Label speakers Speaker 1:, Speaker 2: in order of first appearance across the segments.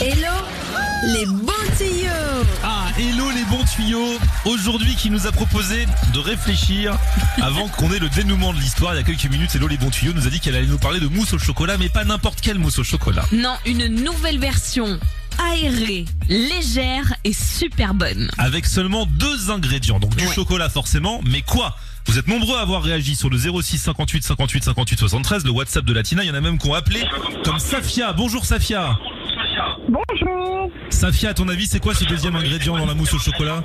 Speaker 1: Hello les bons tuyaux
Speaker 2: Ah, hello les bons tuyaux Aujourd'hui qui nous a proposé de réfléchir avant qu'on ait le dénouement de l'histoire. Il y a quelques minutes, hello les bons tuyaux nous a dit qu'elle allait nous parler de mousse au chocolat, mais pas n'importe quelle mousse au chocolat.
Speaker 3: Non, une nouvelle version aérée, légère et super bonne.
Speaker 2: Avec seulement deux ingrédients, donc du chocolat forcément, mais quoi vous êtes nombreux à avoir réagi sur le 06 58 58 58 73, le WhatsApp de Latina. Il y en a même qui ont appelé, comme Safia. Bonjour Safia.
Speaker 4: Bonjour.
Speaker 2: Safia, à ton avis, c'est quoi ce deuxième ingrédient dans la mousse au chocolat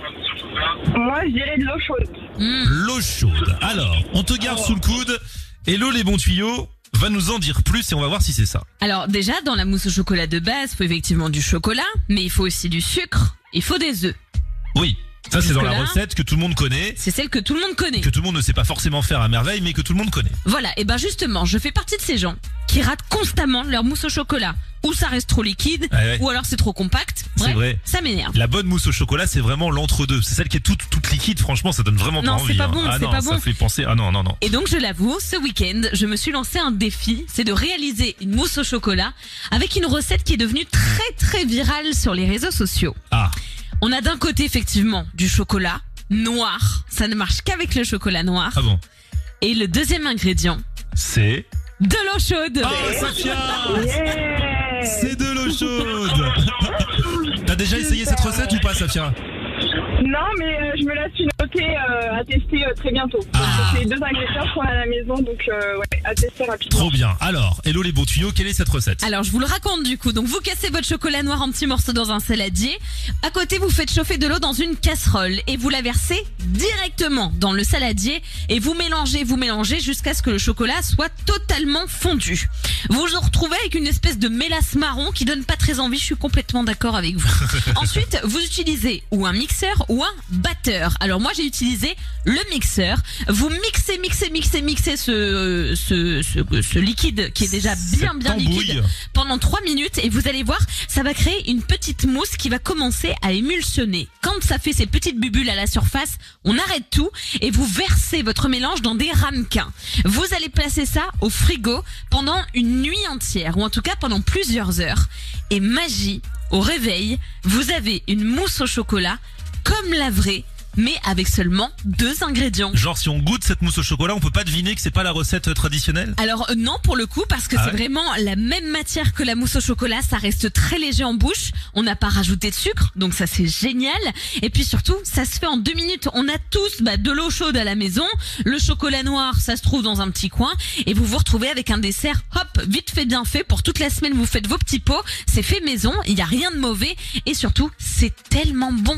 Speaker 4: Moi, je dirais de l'eau chaude.
Speaker 3: Mm.
Speaker 2: L'eau chaude. Alors, on te garde sous le coude. Hello les bons tuyaux va nous en dire plus et on va voir si c'est ça.
Speaker 3: Alors déjà, dans la mousse au chocolat de base, faut effectivement du chocolat, mais il faut aussi du sucre, il faut des œufs.
Speaker 2: Oui. Ça, c'est dans la
Speaker 3: Jusque-là.
Speaker 2: recette que tout le monde connaît,
Speaker 3: C'est celle que tout le monde connaît.
Speaker 2: que tout le monde ne sait pas forcément faire à merveille, mais que tout le monde connaît.
Speaker 3: Voilà, et ben justement, je fais partie de ces gens qui ratent constamment leur mousse au chocolat. Ou ça reste trop liquide,
Speaker 2: Ah ouais.
Speaker 3: ou alors c'est trop compact.
Speaker 2: C'est
Speaker 3: Bref,
Speaker 2: vrai.
Speaker 3: ça m'énerve.
Speaker 2: La bonne mousse au chocolat, c'est vraiment l'entre-deux. C'est celle qui est toute, toute liquide, franchement, ça donne vraiment
Speaker 3: Non,
Speaker 2: pas
Speaker 3: c'est
Speaker 2: envie.
Speaker 3: pas
Speaker 2: hein.
Speaker 3: bon,
Speaker 2: ah
Speaker 3: c'est
Speaker 2: non,
Speaker 3: pas
Speaker 2: ça
Speaker 3: bon.
Speaker 2: fait penser. Ah non, non, non.
Speaker 3: Et donc je l'avoue, ce week-end, je me suis lancé un défi, c'est de réaliser une mousse au chocolat avec une recette qui est devenue très très virale sur les réseaux sociaux.
Speaker 2: Ah,
Speaker 3: On a d'un côté effectivement du chocolat noir, ça ne marche qu'avec le chocolat noir,
Speaker 2: ah bon.
Speaker 3: et le deuxième ingrédient,
Speaker 2: C'est.
Speaker 3: de l'eau chaude.
Speaker 2: Ah, Safia
Speaker 4: Yeah
Speaker 2: C'est de l'eau chaude T'as déjà essayé cette recette ou pas, Safia
Speaker 4: Non, mais euh, je me la suis notée euh, à tester euh, très bientôt.
Speaker 2: Ah.
Speaker 4: C'est deux ingrédients qu'on a à la maison, donc euh, ouais, à tester rapidement.
Speaker 2: Trop bien. Alors, hello les bons tuyaux, quelle est cette recette
Speaker 3: Alors je vous le raconte du coup. Donc vous cassez votre chocolat noir en petits morceaux dans un saladier. À côté vous faites chauffer de l'eau dans une casserole et vous la versez directement dans le saladier et vous mélangez, vous mélangez jusqu'à ce que le chocolat soit totalement fondu. Vous vous retrouvez avec une espèce de mélasse marron qui donne pas très envie. Je suis complètement d'accord avec vous. Ensuite vous utilisez ou un mixeur ou un batteur. Alors moi j'ai utilisé le mixeur. Vous mixez, mixez, mixez, mixez ce ce ce, ce liquide qui est déjà bien
Speaker 2: Cette
Speaker 3: bien liquide
Speaker 2: tambouille.
Speaker 3: pendant 3 minutes et vous allez voir, ça va créer une petite mousse qui va commencer à émulsionner. Quand ça fait ces petites bulles à la surface, on arrête tout et vous versez votre mélange dans des ramequins. Vous allez placer ça au frigo pendant une nuit entière ou en tout cas pendant plusieurs heures. Et magie, au réveil, vous avez une mousse au chocolat comme la vraie mais avec seulement deux ingrédients.
Speaker 2: Genre, si on goûte cette mousse au chocolat, on peut pas deviner que c'est pas la recette traditionnelle
Speaker 3: Alors euh, non pour le coup parce que
Speaker 2: Ah
Speaker 3: c'est
Speaker 2: ouais
Speaker 3: vraiment la même matière que la mousse au chocolat, ça reste très léger en bouche, on n'a pas rajouté de sucre, donc ça c'est génial. Et puis surtout, ça se fait en deux minutes. On a tous bah, de l'eau chaude à la maison, le chocolat noir, ça se trouve dans un petit coin, et vous vous retrouvez avec un dessert, hop, vite fait bien fait pour toute la semaine. Vous faites vos petits pots, c'est fait maison, il y a rien de mauvais, et surtout c'est tellement bon.